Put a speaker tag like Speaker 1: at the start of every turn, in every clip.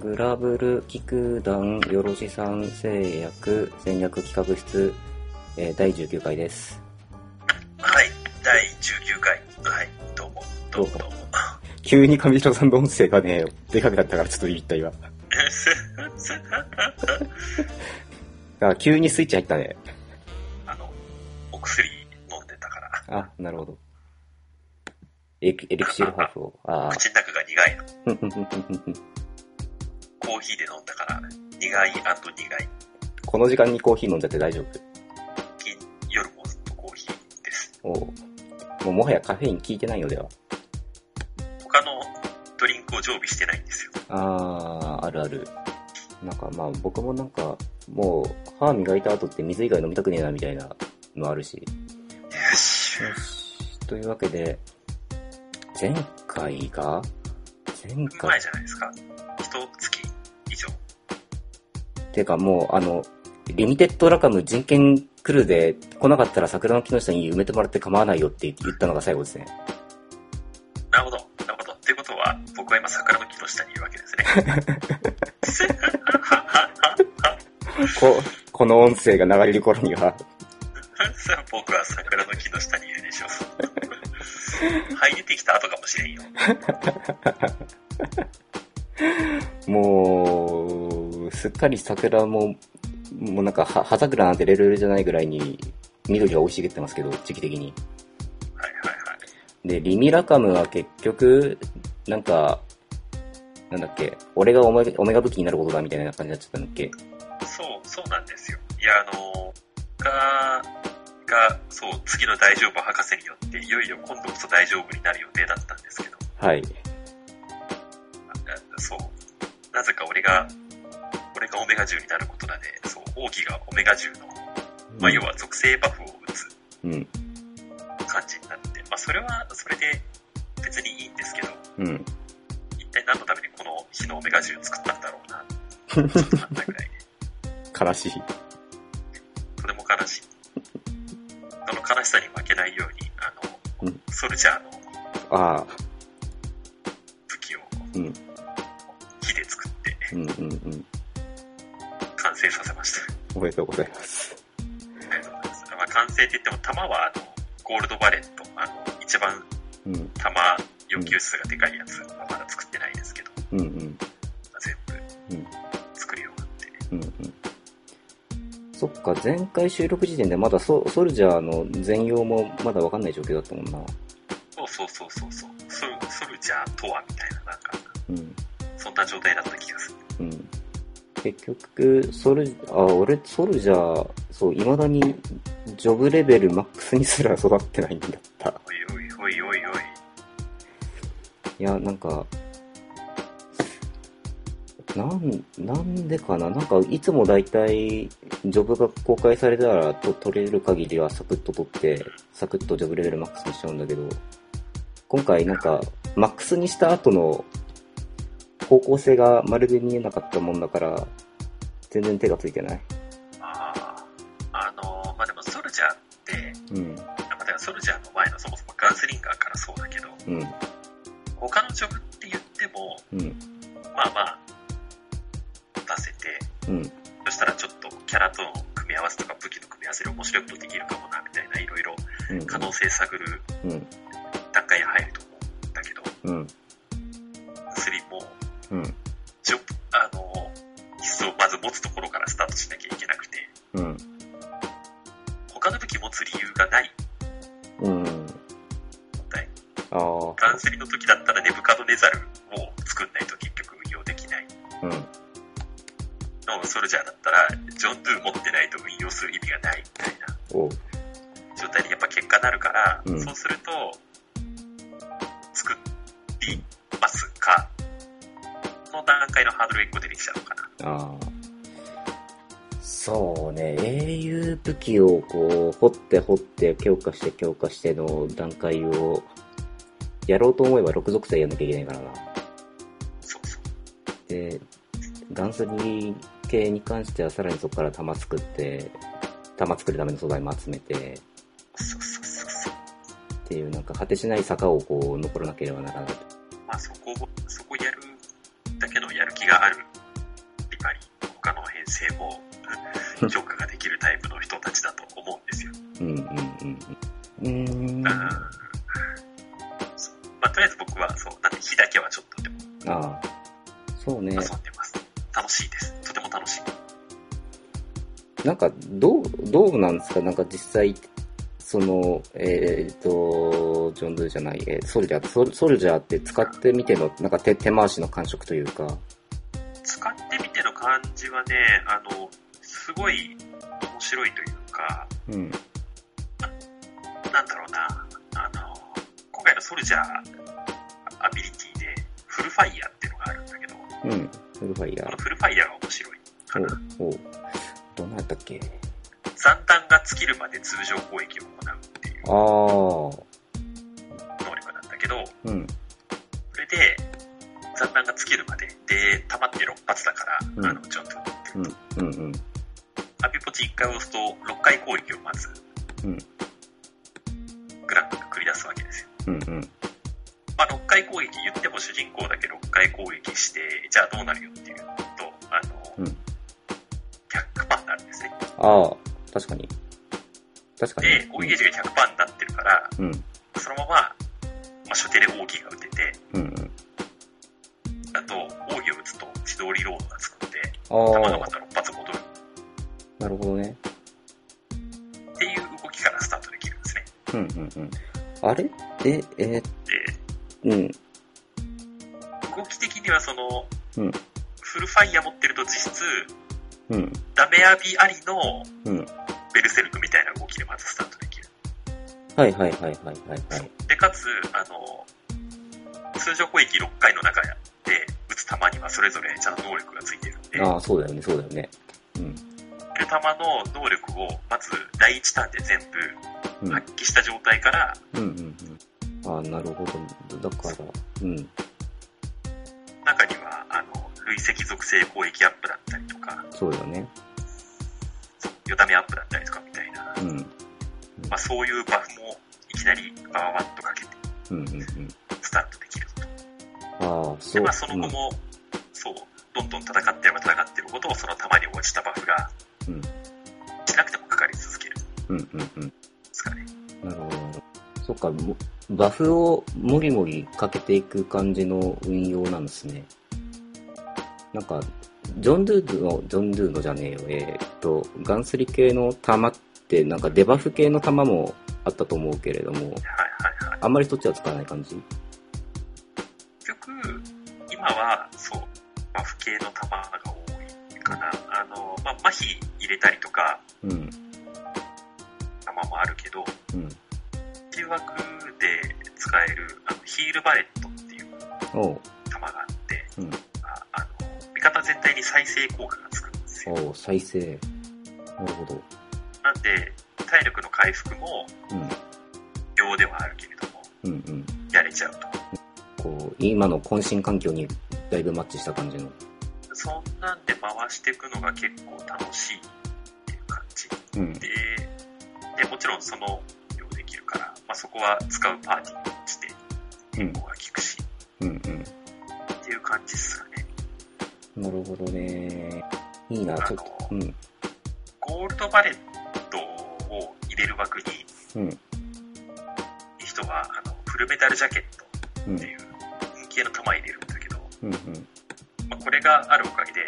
Speaker 1: グラブル菊団よろしさん製薬戦略企画室、えー第19回です。
Speaker 2: はい、第19回。はい、どうも、どうも、どう も。
Speaker 1: 急に上白さんの音声がね、でかくなったからちょっとビビった今。あ、急にスイッチ入ったね。
Speaker 2: あの、お薬飲んでたから、
Speaker 1: あ、なるほど。エクエリクシルハーフを。あー
Speaker 2: 口の中が苦いの。
Speaker 1: ふんふんふんふんふん
Speaker 2: コーヒーで飲んだから、苦い苦い。
Speaker 1: この時間にコーヒー飲んじゃって大丈夫
Speaker 2: 金夜もずっとコーヒーです。
Speaker 1: おうもうもはやカフェイン効いてないのでは
Speaker 2: 他のドリンクを常備してないんですよ。
Speaker 1: あー、あるある。なんかまあ僕もなんか、もう歯磨いた後って水以外飲みたくねえなみたいなのあるし。
Speaker 2: よし。
Speaker 1: よし。というわけで、前回が前回
Speaker 2: 前じゃないですか。一月以上。
Speaker 1: てかもうあの、リミテッドラカム人権クルーで来なかったら桜の木の下に埋めてもらって構わないよって言ったのが最後ですね。
Speaker 2: なるほど、なるほど。ということは、僕は今桜の木の下にいるわけですね。
Speaker 1: こ、この音声が流れる頃には、
Speaker 2: 僕は桜の木の下にいるでしょう。はい、出てきた後かもしれんよ。
Speaker 1: もう、すっかり桜も、もうなんかは、葉桜なんてレベルじゃないぐらいに、緑が生い茂ってますけど、時期的に。
Speaker 2: はいはいはい。
Speaker 1: で、リミラカムは結局、なんか、なんだっけ、俺がオメオメガ武器になることだみたいな感じになっちゃったんだっけ。
Speaker 2: そう、そうなんですよ。いや、あの、が、が、そう、次の大丈夫博士によって、いよいよ今度こそ大丈夫になる予定だったんですけど、
Speaker 1: はい。
Speaker 2: あそう、なぜか俺が、俺がオメガ10になることだね、そう、奥義がオメガ10の、まあ、要は属性バフを打つ
Speaker 1: うん。
Speaker 2: 感じになって、まあ、それは、それで別にいいんですけど、
Speaker 1: うん。
Speaker 2: 一体何のためにこの日のオメガ10作ったんだろうな、ちょっとなったぐらいで、
Speaker 1: 悲しい。
Speaker 2: とても悲しい。その悲しさに負けないように、あの、
Speaker 1: うん
Speaker 2: ソルジャーの、
Speaker 1: ああ、
Speaker 2: 武器を
Speaker 1: うん。
Speaker 2: 火で作って
Speaker 1: うんうんうん。
Speaker 2: 完成させました。
Speaker 1: おめでとうございます。
Speaker 2: ありがとうございますまあ、完成って言っても弾はあのゴールドバレット、あの一番
Speaker 1: うん。
Speaker 2: 弾要求数がでかいやつはまだ作ってないですけど、
Speaker 1: うんうん。
Speaker 2: 全部
Speaker 1: うん
Speaker 2: 作り終わっ
Speaker 1: う
Speaker 2: て、
Speaker 1: んうん。そっか、前回収録時点でまだソソルジャーの全容もまだわかんない状況だったもんな。
Speaker 2: そうそうそうそうそう、ソルジャーとはみたいな、なんか、
Speaker 1: うん。
Speaker 2: そんな状態だった気がする。
Speaker 1: うん。結局、ソル、あ、俺、ソルジャー、そう、未だに、ジョブレベルマックスにすら育ってないんだった。
Speaker 2: おいおいおいおいおい、
Speaker 1: いや、なんか、なん、なんでかななんか、いつもだいたい、ジョブが公開されたらと、取れる限りはサクッと取って、サクッとジョブレベルマックスにしちゃうんだけど、今回なんか、マックスにした後の、方向性がまるで見えなかったもんだから、全然手がついてない。
Speaker 2: ああ、あの、まあでもソルジャーって、
Speaker 1: うん、
Speaker 2: あまあ、でもソルジャーの前のそもそもガンスリンガーからそうだけど、
Speaker 1: うん、
Speaker 2: 他のジョブって言っても、
Speaker 1: うん、
Speaker 2: まあまあ、出せて、
Speaker 1: うん、
Speaker 2: そしたらちょっとキャラとの組み合わせとか武器の組み合わせで面白いことできるかもな、みたいないろいろ
Speaker 1: うん、
Speaker 2: 可能性探る
Speaker 1: うん、
Speaker 2: 段階に入ると思うんだけど、
Speaker 1: うん、
Speaker 2: 3も、
Speaker 1: うん、
Speaker 2: ジョブ、あの、必須をまず持つところからスタートしなきゃいけなくて、
Speaker 1: うん、
Speaker 2: 他の武器持つ理由がない
Speaker 1: うん、
Speaker 2: 問題。
Speaker 1: ああ、
Speaker 2: ガンスリの時だったらネブカドネザルを作んないと結局運用できない。
Speaker 1: うん、
Speaker 2: のソルジャーだったら、ジョン・ドゥ持ってないと運用する意味がないみたいな。
Speaker 1: おう、
Speaker 2: 状態にやっぱ結果なるから、
Speaker 1: うん
Speaker 2: そうすると、作りますか、の段階のハードルが1個出てきちゃうのかな。
Speaker 1: ああ。そうね、英雄武器をこう、掘って掘って、強化して強化しての段階を、やろうと思えば6属性やんなきゃいけないからな。
Speaker 2: そうそう。
Speaker 1: で、ガンスリー系に関してはさらにそこから弾作って、弾作るための素材も集めて、
Speaker 2: そうそうそうそう。
Speaker 1: っていうなんか果てしない坂をこう、残らなければならない。
Speaker 2: まあそこを、そこやるだけのやる気があるを評価ができるタイプの人たちだと思うんですよ。
Speaker 1: うんうんうんうん。うーん。
Speaker 2: うん
Speaker 1: あ
Speaker 2: そうまあ、とりあえず僕は、そう、なんで火だけはちょっとでも
Speaker 1: あ。そうね
Speaker 2: 遊。んでます。楽しいです。とても楽しい。
Speaker 1: なんか、どう、どうなんですかなんか実際、その、えーっと、ジョンドゥじゃない、えーソルジャーソル、ソルジャーって使ってみての、なんか手手回しの感触というか。
Speaker 2: 使ってみての感じはね、あの、すごい面白いというか、
Speaker 1: うん。
Speaker 2: なんだろうな、あの、今回のソルジャーアビリティで、フルファイヤーっていうのがあるんだけど、こ
Speaker 1: うん。フルファイヤ
Speaker 2: の
Speaker 1: ー。
Speaker 2: フルファイヤーが面白い。
Speaker 1: おおどんなんやったっけ
Speaker 2: 残弾が尽きるまで通常攻撃を行うっていう
Speaker 1: ああ。
Speaker 2: 能力なんだけど、
Speaker 1: うん。
Speaker 2: それで、残弾が尽きるまで、で、溜まって6発だから、
Speaker 1: うん
Speaker 2: あの、ちょっと、
Speaker 1: うん。うんうん。
Speaker 2: アビポチ1回押すと、6回攻撃をまず、
Speaker 1: うん
Speaker 2: グラックが繰り出すわけですよ。
Speaker 1: うんうん。
Speaker 2: まあ、6回攻撃言っても主人公だけ6回攻撃して、じゃあどうなるよっていうと、あの、
Speaker 1: うん
Speaker 2: 100%になるんですね。
Speaker 1: ああ。確かに。確かに。
Speaker 2: で、攻撃ゲージが100%になってるから、
Speaker 1: うん。
Speaker 2: そのまま、まあ、初手で奥義が打てて、
Speaker 1: うんうん。
Speaker 2: あと、奥義を打つと自動リロードがつくんで、
Speaker 1: あ
Speaker 2: 弾がま
Speaker 1: あ。
Speaker 2: た6発戻る
Speaker 1: なるほどね。
Speaker 2: っていう動きからスタートできるんですね。
Speaker 1: うんうんうん。あれえ、えーうん。
Speaker 2: で、動き的にはその、
Speaker 1: うん
Speaker 2: フルファイヤー持ってると実質、
Speaker 1: うん。
Speaker 2: ダメアビありの
Speaker 1: うん。
Speaker 2: ベルセルクみたいな動きでまずスタートできる。
Speaker 1: はいはいはいはいはいはい。
Speaker 2: で、かつ、あの、通常攻撃6回の中で打つ弾にはそれぞれちゃんと能力がついてるんで、
Speaker 1: ああ、そうだよね、そうだよね。うん。
Speaker 2: 打つ弾の能力をまず第1ターンで全
Speaker 1: うん
Speaker 2: 部発揮した状態から、
Speaker 1: うんうんうん。ああ、なるほど。だから、うん。
Speaker 2: 中には、あの、累積属性攻撃アップだったりとか、
Speaker 1: そうだよね。
Speaker 2: そうよだめアップだったりとかみたいな、
Speaker 1: うん。うん
Speaker 2: まあそういうバフもいきなりバワバッとかけて
Speaker 1: うんうん。
Speaker 2: スタートできると。
Speaker 1: ああ、そ
Speaker 2: で、
Speaker 1: う。
Speaker 2: まあその後も、そう、どんどん戦ってれば戦ってるほど、その弾に応じたバフが
Speaker 1: うん、
Speaker 2: しなくてもかかり続けるんで
Speaker 1: うんうんうん。
Speaker 2: すかね。
Speaker 1: なるほどなるほど。そっか、もバフをもりもりかけていく感じの運用なんですね。なんか、ジョン・ドゥーの、ジョン・ドゥーのじゃねえよ、えーっと、ガンスリ系の弾って、なんかデバフ系の弾もあったと思うけれども、
Speaker 2: はいはいはい。
Speaker 1: あんまりそっちは使わない感じ
Speaker 2: 結局、今は、そう、バフ系の弾が多いかな。あの、まあ、麻痺入れたりとか、
Speaker 1: うん、
Speaker 2: 弾もあるけど、
Speaker 1: うん。
Speaker 2: 中枠で使える、あの、ヒールバレットっていう
Speaker 1: おう、
Speaker 2: 弾があって、
Speaker 1: うん
Speaker 2: ああの、味方全体に再生効果がつくんですよ。
Speaker 1: おう、再生。なるほど。
Speaker 2: なんで、体力の回復も、
Speaker 1: うん、
Speaker 2: 秒ではあるけれども、
Speaker 1: うん、うん。
Speaker 2: やれちゃうと。
Speaker 1: こう、今の渾身環境にだいぶマッチした感じの。
Speaker 2: そんなんで回していくのが結構楽しいっていう感じ
Speaker 1: うん、
Speaker 2: で、でもちろんその利用できるから、まあ、そこは使うパーティーにして
Speaker 1: うん、
Speaker 2: ここが効くし
Speaker 1: うん、うん。
Speaker 2: っていう感じっすかね。
Speaker 1: なるほどね。いいな、ちょっと。うん。
Speaker 2: ゴールドバレットを入れる枠に
Speaker 1: うん。
Speaker 2: 人はあのフルメタルジャケット
Speaker 1: うん
Speaker 2: って。いう人気の弾入れるんだけど、
Speaker 1: うん。
Speaker 2: まあ、これがあるおかげで、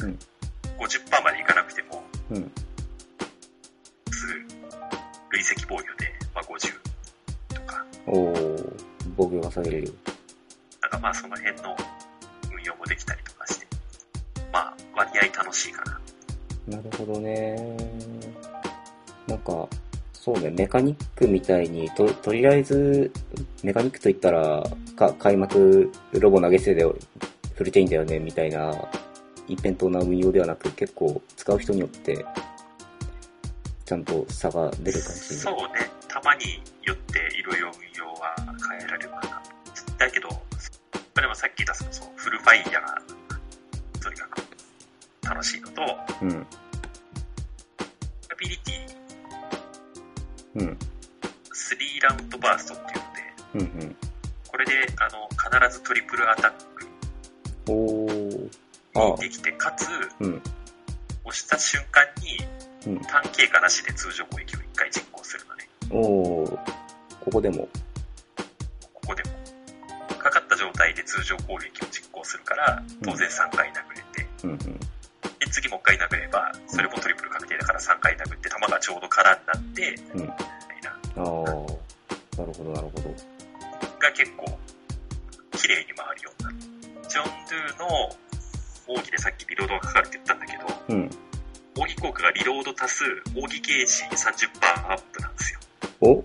Speaker 1: うん
Speaker 2: 50%までいかなくても
Speaker 1: うん。
Speaker 2: すぐ累積防御で、まあ、50とか、
Speaker 1: おー、防御が下げれる。
Speaker 2: なんかまあその辺の運用もできたりとかして、まあ割合楽しいかな。
Speaker 1: なるほどね。なんか、そうね、メカニックみたいに、と、とりあえず、メカニックといったら、か、開幕、ロボ投げ捨てで、触れていいんだよね、みたいな、一辺倒な運用ではなく、結構、使う人によって、ちゃんと差が出る感じ。
Speaker 2: そうね、たまによっていろいろ運用は変えられるかな。だけど、でもさっき言ったそのそうフルファイヤーがとにかく楽しいのと、ア
Speaker 1: うん。
Speaker 2: ビリティ
Speaker 1: うん。
Speaker 2: 3ラウンドバーストっていうので、
Speaker 1: うん。うん。
Speaker 2: これであの必ずトリプルアタック
Speaker 1: おー。ああ。
Speaker 2: できて、かつ、
Speaker 1: うん
Speaker 2: 押した瞬間に
Speaker 1: うん、
Speaker 2: 単経過なしで通常攻撃を1回実行するので、
Speaker 1: おーここでも。
Speaker 2: ここでも、かかった状態で通常攻撃を実行するから、当然3回殴れて、
Speaker 1: うんうん。
Speaker 2: で、次もう1回殴れば、それもトリプル確定だから3回殴って、弾がちょうど空になって、
Speaker 1: うん
Speaker 2: みたいな、
Speaker 1: ああ、なるほど、なるほど。
Speaker 2: が結構、綺麗に回るようになる。ジョンドゥの奥義でさっきリロードがかかるって言ったんだけど、
Speaker 1: うん。
Speaker 2: 奥義効果がリロード足す奥義ゲージ30%アップなんですよ。
Speaker 1: お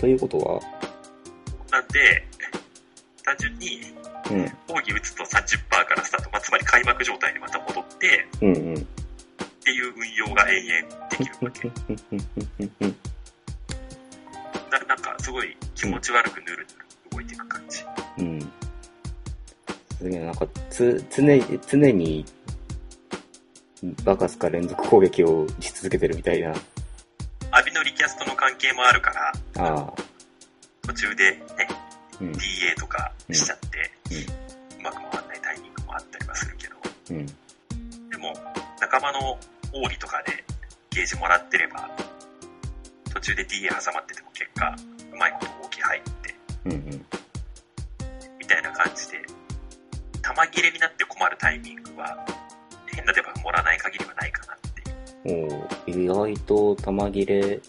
Speaker 1: ということは
Speaker 2: なんで、単純に
Speaker 1: うん。
Speaker 2: 奥義打つと30%からスタート、まあ、つまり開幕状態にまた戻って、
Speaker 1: うんうん。
Speaker 2: っていう運用が延々できるわけ。ななんかすごい気持ち悪くぬるぬる動いていく感じ。
Speaker 1: うん。すげえ、なんか、つ、常に、常に、バカスカ連続攻撃をし続けてるみたいな。
Speaker 2: アビのリキャストの関係もあるから、
Speaker 1: ああ、
Speaker 2: 途中でね、
Speaker 1: うん、
Speaker 2: DA とかしちゃって、うまく回らないタイミングもあったりはするけど、
Speaker 1: うん。
Speaker 2: でも仲間のオーリとかでゲージもらってれば、途中で DA 挟まってても結果、うまいこと大きい入って、
Speaker 1: うんうん。
Speaker 2: みたいな感じで、弾切れになって困るタイミングは、変なデバフもらわない限りはないかなっていう。
Speaker 1: おー意外と弾切れ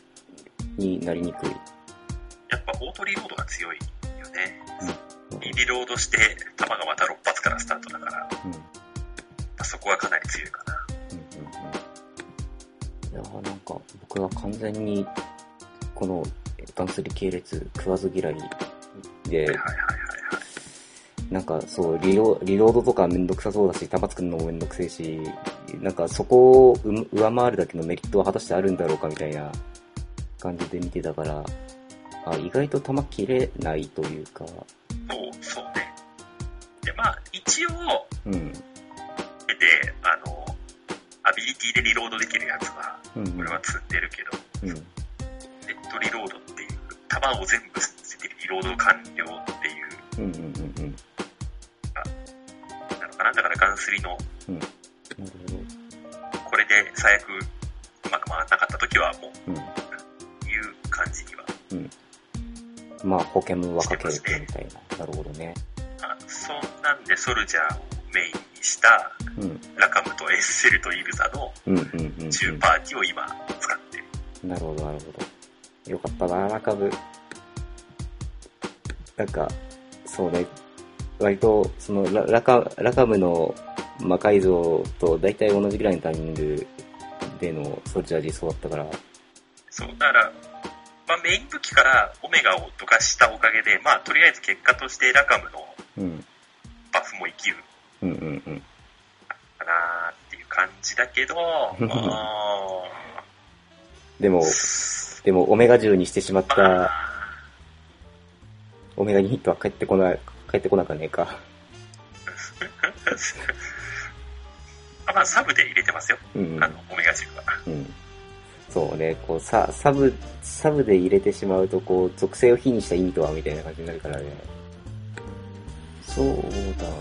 Speaker 1: になりにくい。
Speaker 2: やっぱオートリロードが強いよね。リロードして、弾がまた6発からスタートだから、
Speaker 1: うん。
Speaker 2: そこはかなり強いかな。
Speaker 1: いやーなんか僕は完全にこのガンスリ系列食わず嫌いで
Speaker 2: はい、はいはいはいはい。
Speaker 1: なんかそうリロ、リロードとかめんどくさそうだし、弾作るのもめんどくせえし、なんかそこをう上回るだけのメリットは果たしてあるんだろうかみたいな感じで見てたから、あ意外と弾切れないというか、
Speaker 2: そう、そうね。で、まあ、一応、
Speaker 1: うん。
Speaker 2: で、あの、アビリティでリロードできるやつは、
Speaker 1: うん
Speaker 2: 俺は積んでるけど、
Speaker 1: うん。
Speaker 2: ネットリロードっていう、弾を全部捨ててリロード完了っていう
Speaker 1: うんうんうんうん。
Speaker 2: なのかな。だからガンスリの、
Speaker 1: なるほど。
Speaker 2: これで最悪、うまく回らなかった時は、も
Speaker 1: うん。
Speaker 2: う、いう感じには。
Speaker 1: まあ、保険も若ければみたいな。なるほどね。
Speaker 2: あそんなんでソルジャーをメインにした、
Speaker 1: うん。
Speaker 2: ラカムとエッセルとイルザの
Speaker 1: うんうんうん、
Speaker 2: 10パーティーを今使ってる。
Speaker 1: うん。なるほど、なるほど。よかったな、中部。なんか、そうね。割と、そのラ、ラカ、ラカムの魔改造と大体同じぐらいのタイミングでのソルジャー実装だったから、
Speaker 2: そう、だから、まあ、メイン武器からオメガをどかしたおかげで、まあ、とりあえず結果としてラカムの
Speaker 1: うん。
Speaker 2: バフも生きる
Speaker 1: うんうんうん。
Speaker 2: かなっていう感じ だけど、も
Speaker 1: でも
Speaker 2: う、
Speaker 1: でも、オメガ10にしてしまった、
Speaker 2: まあ
Speaker 1: オメガ2ヒットは帰ってこない、帰ってこなかねえか。
Speaker 2: あ、まあ、サブで入れてますよ、
Speaker 1: うん、うん
Speaker 2: あ。の、オメガ10は。
Speaker 1: うん。そうね、こう、サ、サブ、サブで入れてしまうと、こう、属性を非にした意味とは、みたいな感じになるからね。そうだな